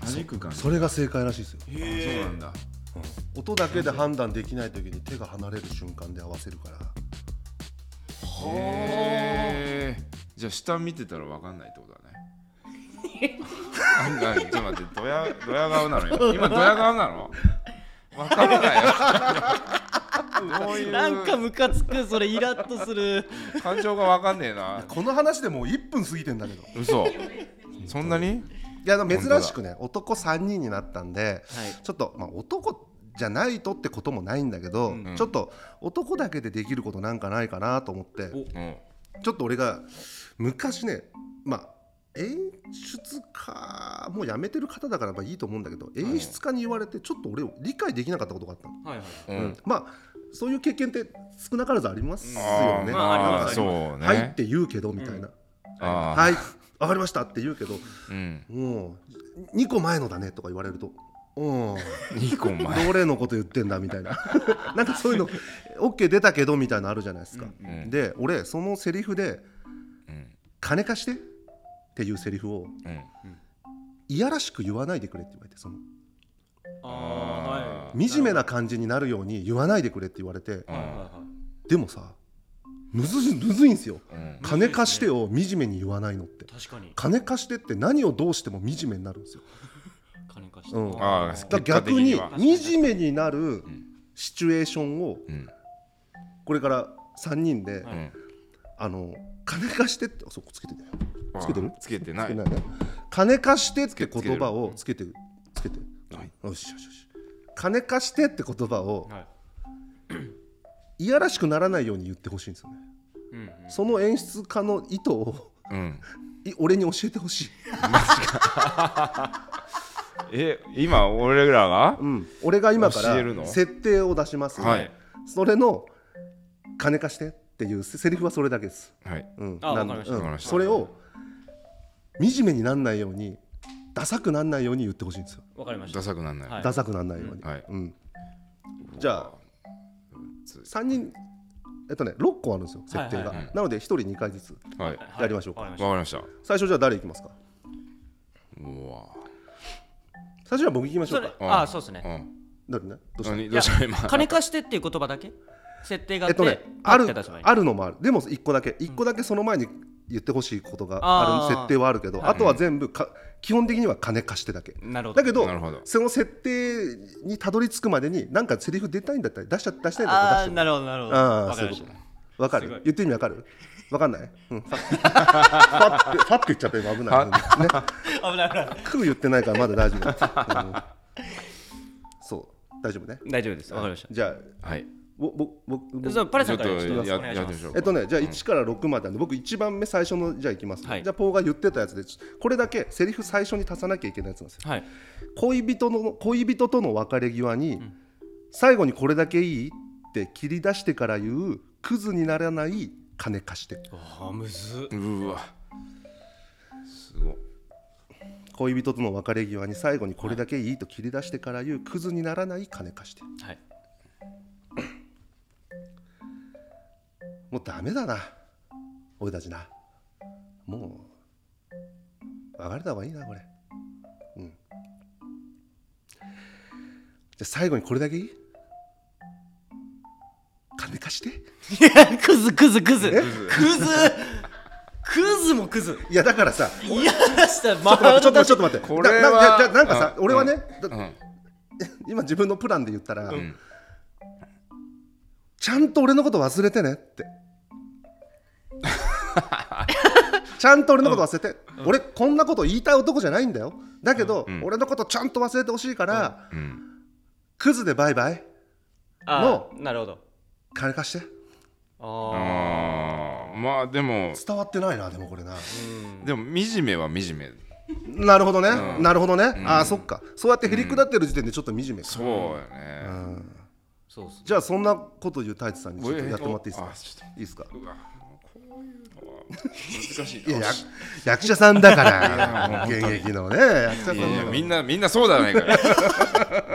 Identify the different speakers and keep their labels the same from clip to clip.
Speaker 1: マジックガン
Speaker 2: それが正解らしいですよ
Speaker 1: あそうなんだ
Speaker 2: 音だけで判断できない時に手が離れる瞬間で合わせるから
Speaker 1: へえじゃあ下見てたら分かんないってこと だねあなちょっと待ってドヤドヤ顔なのよ今ドヤ顔なの分からないよどういう
Speaker 3: なんかムカつくそれイラッとする
Speaker 1: 感情が分かんねえな
Speaker 2: この話でもう1分過ぎてんだけどい
Speaker 1: 嘘そんなに
Speaker 2: やでも珍しくね男3人になったんで、
Speaker 3: はい
Speaker 2: ちょっと、まあ、男じゃないとってこともないんだけど、
Speaker 1: ん
Speaker 2: ちょっと男だけでできることなんかないかなと思って
Speaker 1: うん
Speaker 2: ちょっと俺が昔ねまあ演出家もうやめてる方だからまあいいと思うんだけど演出家に言われてちょっと俺を理解できなかったことがあったの、
Speaker 3: はいはい
Speaker 1: うん
Speaker 2: まあそういう経験って少なからずありますよね。
Speaker 3: まああります
Speaker 1: ー
Speaker 2: なんか
Speaker 1: そうね
Speaker 2: はいって言うけどみたいな、
Speaker 1: あー
Speaker 2: はいわかりましたって言うけど
Speaker 1: うん
Speaker 2: もう2個前のだねとか言われるとうん
Speaker 1: 2個前
Speaker 2: どれのこと言ってんだみたいな なんかそういうの OK 出たけどみたいなのあるじゃないですか、
Speaker 1: うん
Speaker 2: で俺そのセリフで
Speaker 1: うん
Speaker 2: 「金貸して」っていうセリフを
Speaker 1: うん
Speaker 2: いやらしく言わないでくれって言われてその
Speaker 3: あー
Speaker 2: 惨めな感じになるように言わないでくれって言われて
Speaker 3: はいはいはいはい
Speaker 2: でもさむずいむずいんすよ
Speaker 1: うん
Speaker 2: 金貸してを惨めに言わないのって
Speaker 3: 確かに
Speaker 2: 金貸してって何をどうしても惨めになるんですよ
Speaker 3: 金貸して、
Speaker 2: うん
Speaker 1: あー
Speaker 2: だから逆に
Speaker 1: 結果
Speaker 2: 惨めになるシチュエーションを
Speaker 1: うん
Speaker 2: これから3人で、
Speaker 3: は
Speaker 1: う
Speaker 3: い
Speaker 1: ん
Speaker 2: あの金貸してってあそこつけてねつけてる
Speaker 1: つけて
Speaker 2: つ
Speaker 1: な
Speaker 2: け
Speaker 1: い
Speaker 2: ないね金貸してって
Speaker 1: つけ
Speaker 2: 言葉をつけてつけてよしよしよし金貸してって言葉を
Speaker 3: はい
Speaker 2: いやらしくならないように言ってほしいんですよね
Speaker 3: うんうん、
Speaker 2: その演出家の意図を
Speaker 1: うん
Speaker 2: い俺に教えてほしい、
Speaker 1: え今俺らが
Speaker 2: うん、俺が今か
Speaker 1: 教えるの
Speaker 2: ら設定を出します、
Speaker 1: はい
Speaker 2: それの金貸してっていうセセリフはそれだけです
Speaker 1: はい
Speaker 2: うん、
Speaker 3: あ
Speaker 2: なん
Speaker 3: わかりました
Speaker 2: うん
Speaker 1: わかりました
Speaker 2: それを惨めになんないようにダサくなんないように言ってほしいんですよ、
Speaker 3: わかりました
Speaker 1: ダサくなんない
Speaker 3: はい
Speaker 2: ダサくなんないように、
Speaker 1: はい
Speaker 2: うん、じゃあ3人えっとね6個あるんですよ設定が、
Speaker 3: はい
Speaker 1: はいはい
Speaker 2: なので1人2回ずつ
Speaker 1: はい
Speaker 3: は
Speaker 2: やりましょうか
Speaker 3: わかり
Speaker 1: わ
Speaker 3: ま
Speaker 1: か
Speaker 3: し
Speaker 1: りましたう
Speaker 2: 最初じゃあ誰いきますか
Speaker 1: わ
Speaker 2: 最初じゃあ僕いきま
Speaker 3: た
Speaker 2: しょ
Speaker 3: そうれ
Speaker 2: か
Speaker 1: うん
Speaker 3: ああそうですね
Speaker 1: うん
Speaker 2: 誰ねどうした
Speaker 1: 何どうした今
Speaker 3: 金貸してっていう言葉だけ設定があ
Speaker 2: え
Speaker 3: っ、
Speaker 2: ってとね
Speaker 3: パ
Speaker 2: あ
Speaker 3: ッて
Speaker 2: る
Speaker 3: 出せばいい
Speaker 2: あるのもあるでも1個だけ1個だけその前に言ってほしいことがあ
Speaker 3: あ
Speaker 2: る
Speaker 3: ー
Speaker 2: 設定はあるけど
Speaker 3: はい
Speaker 2: あとは全部か基本的には金貸してだけ
Speaker 3: なるほど
Speaker 2: だけど
Speaker 1: なるほど
Speaker 2: その設定にたどり着くまでになんかセリフ出たいんだったり出しちゃ出したいんだったり出
Speaker 3: あー
Speaker 2: しちゃ
Speaker 3: なるほどなるほど
Speaker 2: あー
Speaker 3: わかりまし
Speaker 2: そう
Speaker 3: た
Speaker 2: いうわか
Speaker 3: すごい
Speaker 2: る言ってる意味わかるわかんない、 うん、ファッてファッて言っちゃった今危ない、ね、
Speaker 3: 危ない危ない
Speaker 2: クー言ってないからまだ大丈 夫、うんそう大丈夫ね
Speaker 3: 大丈夫ですわかりまし
Speaker 2: じゃあ
Speaker 1: はい
Speaker 2: ぼぼ僕
Speaker 3: た
Speaker 2: 僕
Speaker 3: そうパレ
Speaker 1: ち
Speaker 3: さ
Speaker 1: ょ
Speaker 3: ん
Speaker 1: っ
Speaker 3: から
Speaker 1: と
Speaker 3: ちょっと
Speaker 1: や
Speaker 3: お願いし
Speaker 1: やってみま
Speaker 3: ま
Speaker 1: すしょうか
Speaker 2: えっとねじゃあ1から6までなんで僕1番目最初のじゃあいきます、
Speaker 3: はい
Speaker 2: じゃあポーが言ってたやつでちこれだけセリフ最初に足さなきゃいけないやつなんですよ
Speaker 3: はい
Speaker 2: 恋人の恋人との別れ際に、最後にこれだけいいって切り出してから言うクズにならない金貸して
Speaker 3: あむず
Speaker 1: うわすごい
Speaker 2: 恋人との別れ際に最後にこれだけいいと切り出してから言うクズにならない金貸して
Speaker 3: はい
Speaker 2: もうダメだな俺たちなもう別れた方がいいなこれうんじゃあ最後にこれだけいい金貸して
Speaker 3: い やクズクズクズクズクズもクズ
Speaker 2: いやだからさ
Speaker 3: いやらし
Speaker 2: ち
Speaker 3: た
Speaker 2: ょっと待ってちょっと待ってちょっ
Speaker 3: っ
Speaker 2: と待って
Speaker 1: これ
Speaker 2: な
Speaker 1: は
Speaker 2: なじゃあじゃあなんかさ
Speaker 1: うん
Speaker 2: 俺はねだ
Speaker 1: うん
Speaker 2: 今自分のプランで言ったら
Speaker 1: ん
Speaker 2: ちゃんと俺のこと忘れてねって ちゃんと俺のこと忘れて俺こんなこと言いたい男じゃないんだよだけど
Speaker 1: うん
Speaker 2: 俺のことちゃんと忘れてほしいから
Speaker 1: うん
Speaker 2: クズでバイバイ
Speaker 3: あーなるほど
Speaker 2: 金貸して
Speaker 3: あ
Speaker 1: あーまあでも
Speaker 2: 伝わってないなでもこれな
Speaker 1: でも惨めは惨め
Speaker 2: なるほどね
Speaker 1: うん
Speaker 2: なるほどねあーそっかそうやってへりくだってる時点でちょっと惨めか
Speaker 1: そうよね
Speaker 2: うん
Speaker 3: そうっすね
Speaker 2: じゃあそんなこと言う太一さんにちょっとやってもらっていいです
Speaker 1: あ
Speaker 2: か
Speaker 1: ちょっ
Speaker 2: いいですか
Speaker 1: とうわこういうのは難しい
Speaker 2: いや
Speaker 1: な
Speaker 2: や役者さんだ から
Speaker 1: や
Speaker 2: 現役のね役者さん
Speaker 1: い
Speaker 2: だ
Speaker 1: やい
Speaker 2: か
Speaker 1: や
Speaker 2: ら
Speaker 1: みんなみんなそうだねえか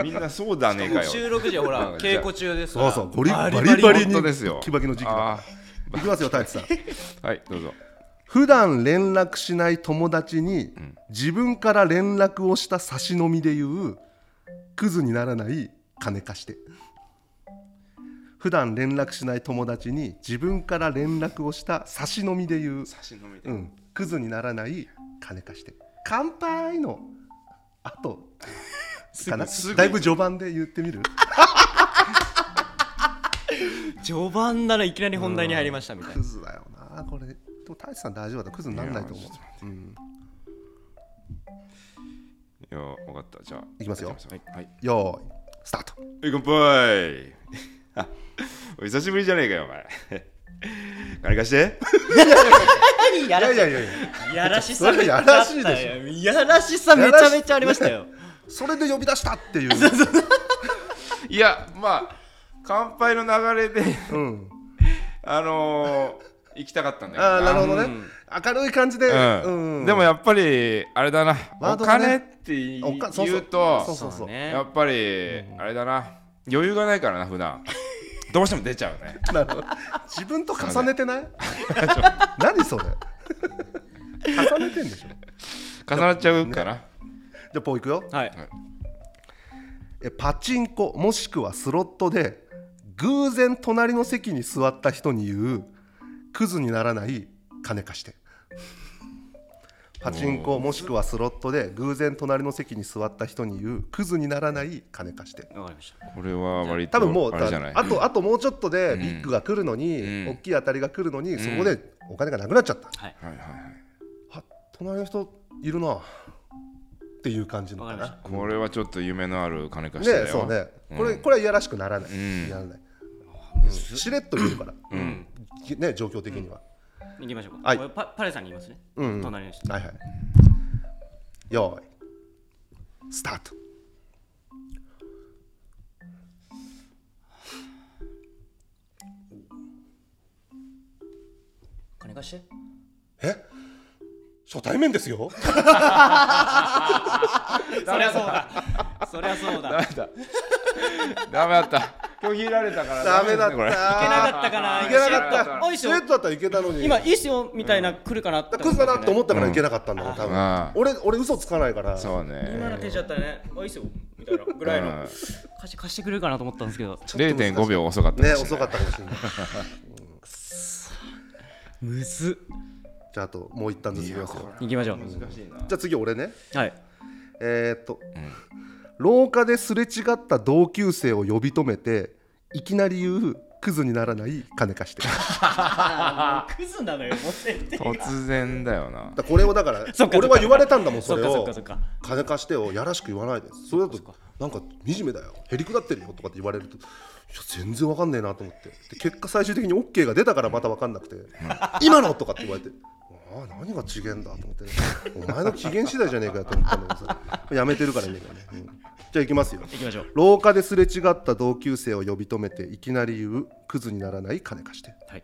Speaker 1: よみんなそうだねえかよ
Speaker 3: 収録時はほ
Speaker 1: う
Speaker 3: ら
Speaker 1: ん
Speaker 3: 稽古中ですか
Speaker 2: そう
Speaker 3: ら
Speaker 2: そうゴリ
Speaker 3: バ
Speaker 2: バ
Speaker 3: リ
Speaker 2: リ
Speaker 3: バリ
Speaker 2: バリ
Speaker 1: 本
Speaker 2: に
Speaker 1: 当ですよ
Speaker 2: キバキの時期だ
Speaker 1: あ
Speaker 2: いきますよ太一さん
Speaker 1: ーはいどうぞ
Speaker 2: 普段連絡しない友達に
Speaker 1: ん
Speaker 2: 自分から連絡をした差し飲みで言うクズにならない金貸して普段連絡しない友達に自分から連絡をした差し飲みで言う、
Speaker 1: 差し飲みで
Speaker 2: う、ん、クズにならない金貸して乾杯のあ と
Speaker 1: す
Speaker 2: かな
Speaker 1: ぐすぐ
Speaker 2: だいぶ序盤で言ってみる
Speaker 3: 序盤ならいきなり本題に入りましたみたい
Speaker 2: ク
Speaker 3: な
Speaker 2: ズだよなこれでも太一さん大丈夫だクズにならないと思
Speaker 1: いやちょっ
Speaker 2: う、うん、
Speaker 1: いや分かったじゃあ
Speaker 2: いきますよ
Speaker 1: いきはい、はい
Speaker 2: よーいスタート
Speaker 1: はい、乾杯あ お久しぶりじゃねえかよお前 金貸して
Speaker 3: 何や
Speaker 2: いや
Speaker 3: ら
Speaker 2: い
Speaker 3: し
Speaker 2: やいやいや
Speaker 3: いやらし
Speaker 2: そ
Speaker 3: さ
Speaker 2: れ
Speaker 3: めっちゃ
Speaker 2: や
Speaker 3: あった
Speaker 2: ら
Speaker 3: よ
Speaker 2: しいでし
Speaker 3: やらしさめちゃめちゃありましたよ
Speaker 2: それで呼び出したっていう。
Speaker 1: いやまあ乾杯の流れで
Speaker 2: うん、
Speaker 1: あのー、行きたかったんだけど
Speaker 2: ああ、なるほど
Speaker 1: う
Speaker 2: ね
Speaker 1: ん。
Speaker 2: 明るい感じで。
Speaker 1: うんでもやっぱりあれだな、
Speaker 2: ワー
Speaker 1: お
Speaker 2: ドがね
Speaker 1: 金ってい
Speaker 2: お
Speaker 1: 言う
Speaker 2: か
Speaker 1: と
Speaker 2: そうそうそうそうそう。
Speaker 3: ね
Speaker 1: やっぱりあれだな余裕がないからな 普段どうしても出ちゃうね
Speaker 2: なるほど自分と重ねてない 何それ重ねてんでしょ。じ
Speaker 1: 重なっちゃうかな、
Speaker 2: ゃあ、ポーいくよ。
Speaker 3: はい
Speaker 2: えパチンコもしくはスロットで偶然隣の席に座った人に言うクズにならない金貸してパチンコもしくはスロットで偶然隣の席に座った人に言うクズにならない金貸して
Speaker 3: わかりました
Speaker 1: これは割と
Speaker 2: 多分もう
Speaker 1: あれじゃない
Speaker 2: あとあともうちょっとでビッグが来るのに、
Speaker 1: うん
Speaker 2: 大きい当たりが来るのに、そこでお金がなくなっちゃった、
Speaker 3: はい
Speaker 1: はいはいはい
Speaker 2: は隣の人いるなっていう感じのか
Speaker 3: わか
Speaker 2: な
Speaker 1: これはちょっと夢のある金貸してだよ
Speaker 2: ねそうね
Speaker 1: うん
Speaker 2: これこれはいやらしくならない、
Speaker 1: うん
Speaker 2: やらない、しれっと言うから、
Speaker 1: うん
Speaker 2: きね状況的には、
Speaker 3: 行きましょうか、
Speaker 2: はい
Speaker 3: これパパレさんに言いますね、
Speaker 2: うんうん
Speaker 3: 隣の人
Speaker 2: はいはいよーいスタート
Speaker 3: 金貸して
Speaker 2: え初対面ですよ
Speaker 3: そりゃそうだそりゃそうだ
Speaker 1: ダメだダメだった拒否られたから
Speaker 2: ダメだった
Speaker 1: ですねこれ
Speaker 3: いけなかったかない
Speaker 2: けなかった
Speaker 3: おいし
Speaker 2: し
Speaker 3: ょ
Speaker 2: れっとだったらいけたのに
Speaker 3: 今いいっすよみたいな来るかなって
Speaker 2: クズだなと思
Speaker 3: っ
Speaker 2: ったからいけなかったんだろう、多
Speaker 1: う
Speaker 2: 分、
Speaker 1: ん
Speaker 2: 俺俺嘘つかないから
Speaker 1: そう
Speaker 3: た今
Speaker 1: ね
Speaker 3: の手じゃったらねおいっすよみたいなぐらいの貸し貸してくれるかなと思ったんですけど
Speaker 1: 0.5秒遅かった
Speaker 2: ね
Speaker 1: です
Speaker 2: 遅かったかもしれない
Speaker 3: むず
Speaker 2: じゃああともう一旦ずついきますよ
Speaker 3: っいきましょう
Speaker 1: 難しいな
Speaker 2: じゃあ次俺ね
Speaker 3: はい
Speaker 2: えー、っと、廊下ですれ違った同級生を呼び止めていきなり言うクズにならない金貸 してだ
Speaker 3: クズなのよ持ってって
Speaker 1: 突然だよな
Speaker 2: からこれをだから
Speaker 3: そっか
Speaker 2: 俺は言われたんだもん
Speaker 3: そ
Speaker 2: そ
Speaker 3: っ
Speaker 2: れ
Speaker 3: かそっ
Speaker 2: を
Speaker 3: かそっか
Speaker 2: 金貸してをやらしく言わないですそれだと
Speaker 3: そっかそっ
Speaker 2: なんか惨めだよへりくだってるよとかって言われるといや全然わかんねえなと思ってで結果最終的に OK が出たからまたわかんなく て今のとかって言われてああ何が機嫌だと思って、お前の機嫌次第じゃねえかよと思ったんだけどさやめてるからね今ね、うんじゃあ行きますよ
Speaker 3: いきましょう
Speaker 2: 廊下ですれ違った同級生を呼び止めていきなり言うクズにならない金貸して
Speaker 3: はい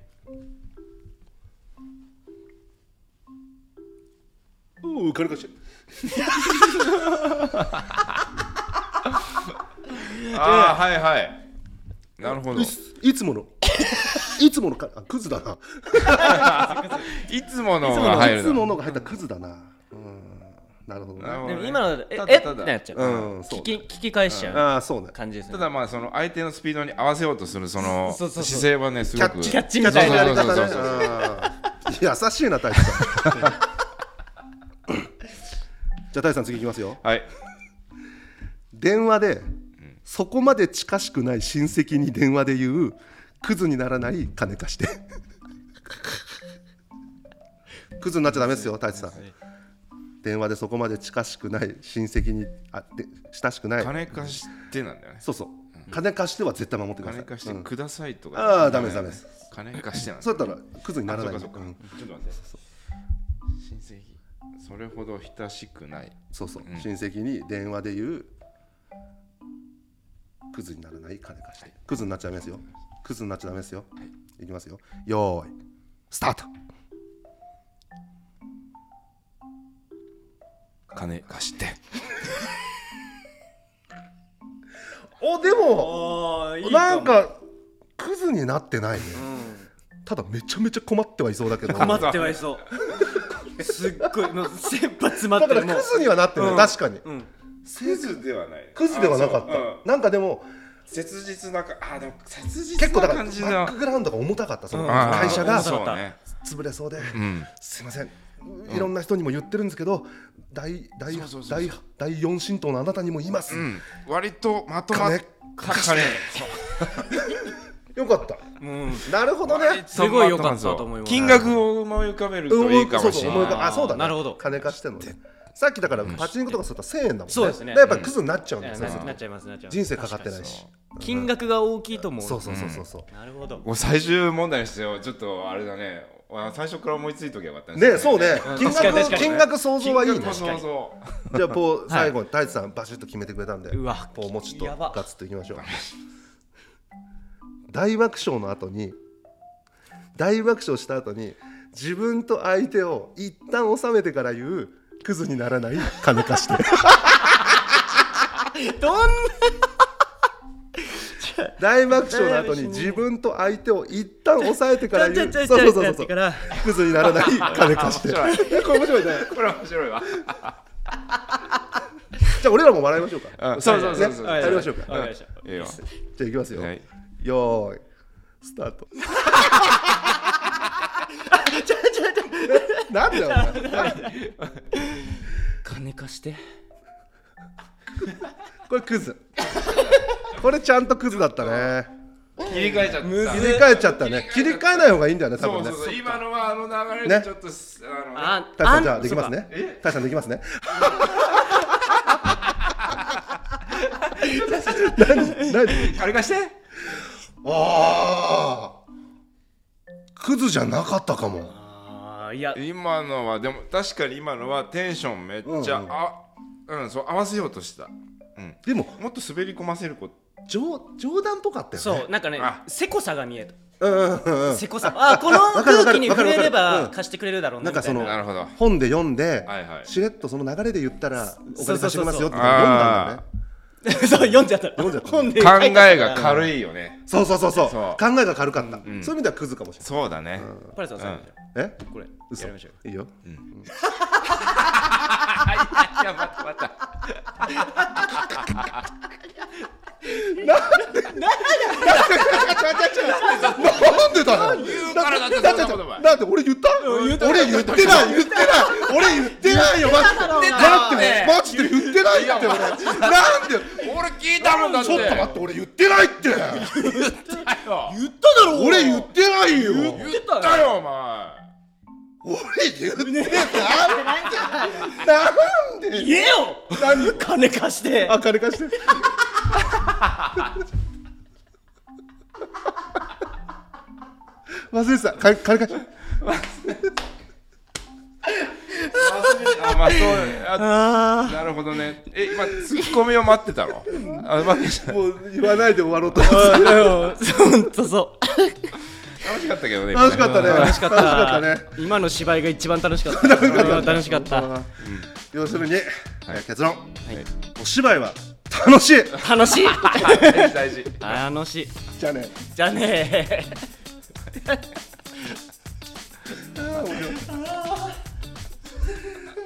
Speaker 2: おお金貸して
Speaker 1: ああはいはいなるほど
Speaker 2: いついつも のいつものかあクズだない
Speaker 1: つもの
Speaker 2: いつも
Speaker 1: が
Speaker 2: の
Speaker 1: 入る
Speaker 2: い
Speaker 1: だ
Speaker 2: つものが入ったクズだなうんなるほど
Speaker 1: なるほ
Speaker 2: ね
Speaker 1: どね
Speaker 3: でも今のだとえ
Speaker 1: ただ
Speaker 3: えって
Speaker 1: ただ
Speaker 3: なっちゃう
Speaker 2: うんそう
Speaker 3: 聞き聞き返しちゃう
Speaker 2: ああそうね
Speaker 3: 感じです
Speaker 1: た
Speaker 3: ね
Speaker 1: だまあその相手のスピードに合わせようとするその
Speaker 3: そうそうそう
Speaker 1: 姿勢はねす
Speaker 2: キ
Speaker 1: ご
Speaker 2: ャッ
Speaker 1: く
Speaker 2: チ
Speaker 3: キャッチみたいな
Speaker 2: やり方ね
Speaker 1: そうそうそうそう
Speaker 2: うん優しいな大地さん じゃあ大地さん次いきますよ
Speaker 1: はい
Speaker 2: 電話でそこまで近しくない親戚に電話で言うクズにならない金貸 してクズになっちゃダメですよ太一さん電話でそこまで近しくない親戚にあって親しくない
Speaker 1: 金貸してなんだよね
Speaker 2: そうそう金貸しては絶対守ってください
Speaker 1: 金貸して
Speaker 2: うん
Speaker 1: くださいとか
Speaker 2: ああダメですダメです
Speaker 1: 金貸してなんだ
Speaker 2: そうだったらクズになら
Speaker 1: そ
Speaker 2: な
Speaker 1: う
Speaker 2: い
Speaker 1: かそうか、
Speaker 2: うん
Speaker 1: ちょっと待って親戚それほど親しくない
Speaker 2: そうそう、
Speaker 1: うん
Speaker 2: 親戚に電話で言うクズにならない金貸して、クズになっちゃダメですよクズになっちゃダメですよ、い、きますよよーいスタート
Speaker 1: 金貸して
Speaker 2: おでも
Speaker 3: ああいい
Speaker 2: なんかクズになってないね、ただめちゃめちゃ困ってはいそうだけど
Speaker 3: 困ってはいそうすっごいもう切羽詰ま
Speaker 2: だ
Speaker 3: っ
Speaker 2: か
Speaker 3: て
Speaker 2: ら
Speaker 3: るもう
Speaker 2: クズにはなってるの、
Speaker 3: うん
Speaker 2: 確かに
Speaker 3: うん
Speaker 1: クズではない
Speaker 2: クズではなかっ
Speaker 1: あ
Speaker 2: た、
Speaker 1: そううん
Speaker 2: なんかでも
Speaker 1: 切実なかあでも切
Speaker 2: 結
Speaker 1: 実
Speaker 2: 構
Speaker 1: な
Speaker 2: だからバ
Speaker 1: 感じ
Speaker 2: ッ
Speaker 1: の
Speaker 2: クグラウンドが重たかったその
Speaker 3: うん
Speaker 2: 会社
Speaker 1: あ
Speaker 2: が
Speaker 1: ーそうね
Speaker 2: 潰れそうで、
Speaker 1: うん
Speaker 2: すいませんいろんな人にも言ってるんですけど、第第
Speaker 1: そうそうそう
Speaker 2: 第第四神道のあなたにも言います、
Speaker 1: うん割とまとまっ
Speaker 2: 金
Speaker 1: た金
Speaker 2: よかった
Speaker 3: うん
Speaker 2: なるほどね
Speaker 3: すごい良かったと思います
Speaker 1: 金額を思い浮かべるといいかもしれ
Speaker 2: 思
Speaker 1: ない
Speaker 2: 浮かべあそうだね
Speaker 3: なるほど
Speaker 2: 金貸してんのねさっきだからパチンコとかすると1000円だもんね
Speaker 3: そうですね
Speaker 2: だからやっぱりクズになっちゃうん
Speaker 3: い
Speaker 2: だ
Speaker 3: や
Speaker 2: よ、
Speaker 3: な
Speaker 2: そうすると
Speaker 3: なっちゃいますなっちゃいます
Speaker 2: 人生かかってない
Speaker 3: 確
Speaker 2: し
Speaker 3: かに金額が大きいと思う
Speaker 2: そうそうそうそうそう、
Speaker 3: なるほど
Speaker 1: もう最終問題にしてよちょっとあれだねあ最初から思いついときゃよかった
Speaker 2: ねそうね金
Speaker 3: 確かに確
Speaker 2: 額
Speaker 3: かに
Speaker 2: 金額想像はいいね
Speaker 1: 金額想像
Speaker 2: じゃあポー最後に太一さんバシッと決めてくれたんで
Speaker 3: うわ
Speaker 2: ポーもちょっ
Speaker 3: や
Speaker 2: と
Speaker 3: ば
Speaker 2: ガツッといきましょう大爆笑の後に大爆笑した後に自分と相手を一旦収めてから言うクズにならない金貸 して
Speaker 3: どんな
Speaker 2: 大爆笑の後に自分と相手を一旦抑えてから
Speaker 3: ち
Speaker 2: 言
Speaker 3: ゃ
Speaker 2: う
Speaker 3: ち
Speaker 2: そ
Speaker 3: ゃ
Speaker 2: う
Speaker 3: ち
Speaker 2: そ
Speaker 3: ゃ
Speaker 2: うそ
Speaker 3: や
Speaker 2: う
Speaker 3: って
Speaker 2: そう
Speaker 3: から
Speaker 2: クズにならない金貸して
Speaker 1: 面
Speaker 2: じ
Speaker 1: 白い
Speaker 2: これ面白いね
Speaker 1: これ面白いわ
Speaker 2: ゃあ俺らも笑いましょうか
Speaker 1: うんそうそうそうそう
Speaker 2: ねやりましょうか
Speaker 3: わかりました
Speaker 1: いいよ
Speaker 2: じゃあいきますよ、
Speaker 1: はい
Speaker 2: よーいスタートなんだよお前
Speaker 3: 金貸して
Speaker 2: これクズこれちゃんとクズだったね
Speaker 1: 切り替えちゃった
Speaker 2: 切り替えちゃったね切り替えない方がいいんだよね多
Speaker 1: そ
Speaker 2: 分
Speaker 1: う
Speaker 2: ね
Speaker 1: そうそう今のはあの流れ
Speaker 2: ね
Speaker 1: でちょっとすあのね
Speaker 3: あ
Speaker 2: タイさ
Speaker 3: あ
Speaker 2: んじゃあできますねタイさんできますね何何
Speaker 1: 金貸して
Speaker 2: あークズじゃなかったかも
Speaker 3: あーいや
Speaker 1: 今のはでも確かに今のはテンションめっちゃ、
Speaker 2: うんうん
Speaker 1: あうんそう合わせようとした、うん、
Speaker 2: でも
Speaker 1: もっと滑り込ませること
Speaker 2: 冗冗談っぽかったよね
Speaker 3: そうなんかね
Speaker 1: あ
Speaker 3: せこさが見え
Speaker 2: うんうんうんう
Speaker 3: た
Speaker 2: ん
Speaker 3: せこさあこの
Speaker 2: わかるわかる
Speaker 3: 空気に触れれ
Speaker 2: わかるわかる
Speaker 3: ば
Speaker 2: うん
Speaker 3: 貸してくれるだろう
Speaker 2: な
Speaker 3: ね
Speaker 2: ん
Speaker 3: み
Speaker 2: か
Speaker 3: た
Speaker 2: そ
Speaker 3: い
Speaker 2: の
Speaker 3: な
Speaker 1: なるほど
Speaker 2: 本で読んで、
Speaker 1: はいはい
Speaker 2: しれっとその流れで言ったらお
Speaker 3: そ
Speaker 2: 金
Speaker 3: うそうそうそう
Speaker 2: 貸してきますよって読んだんだよね
Speaker 3: そう読んじゃった
Speaker 2: 読んじゃった
Speaker 3: 本で
Speaker 1: 考えが
Speaker 3: い
Speaker 1: 軽いよね
Speaker 2: そうそうそうそう
Speaker 1: そう
Speaker 2: 考えが軽かった、
Speaker 1: ん
Speaker 2: そういう意味ではクズかもしれない
Speaker 1: そうだね、
Speaker 3: パレさん最後じゃ
Speaker 2: え
Speaker 3: あこれ
Speaker 2: 嘘
Speaker 3: やりましょう
Speaker 2: いいよ
Speaker 1: あいやまたまた
Speaker 2: なんでだよ
Speaker 1: 言うからだって
Speaker 2: だって
Speaker 1: そんなことお前
Speaker 2: だって俺言った俺言ってない言ってない俺言ってないよマジで
Speaker 1: 言って
Speaker 2: だ
Speaker 1: た
Speaker 2: って
Speaker 1: ね
Speaker 2: マジで言ってないって
Speaker 1: いや
Speaker 2: 俺
Speaker 1: マ
Speaker 2: なんで
Speaker 1: 俺聞いたもんだって
Speaker 2: ちょっと待って俺言ってないって
Speaker 1: てよ
Speaker 3: 言っただろ
Speaker 2: 俺言ってないよ
Speaker 1: 言
Speaker 3: てたよ
Speaker 1: ったよお前
Speaker 2: 俺言ってないなんで
Speaker 3: 言えよ金貸して
Speaker 2: あ金貸 して忘れてた金金貸して
Speaker 1: あまあそうあなるほどねえ今ツッコミを待ってたのあ待ってた
Speaker 2: もう言わないで終わろうと思って
Speaker 3: ほんとそう
Speaker 1: 楽しかったけどね今
Speaker 2: 楽しかったね楽
Speaker 3: 楽しかった
Speaker 2: 楽しか
Speaker 3: 今の芝居が一番楽しかった楽しかった楽しかった
Speaker 2: 要するに、えー結論、お芝居は楽しい
Speaker 3: 楽しい
Speaker 1: 大事大事
Speaker 3: 楽しい
Speaker 2: じゃあね
Speaker 3: じゃあねー
Speaker 2: あー面白い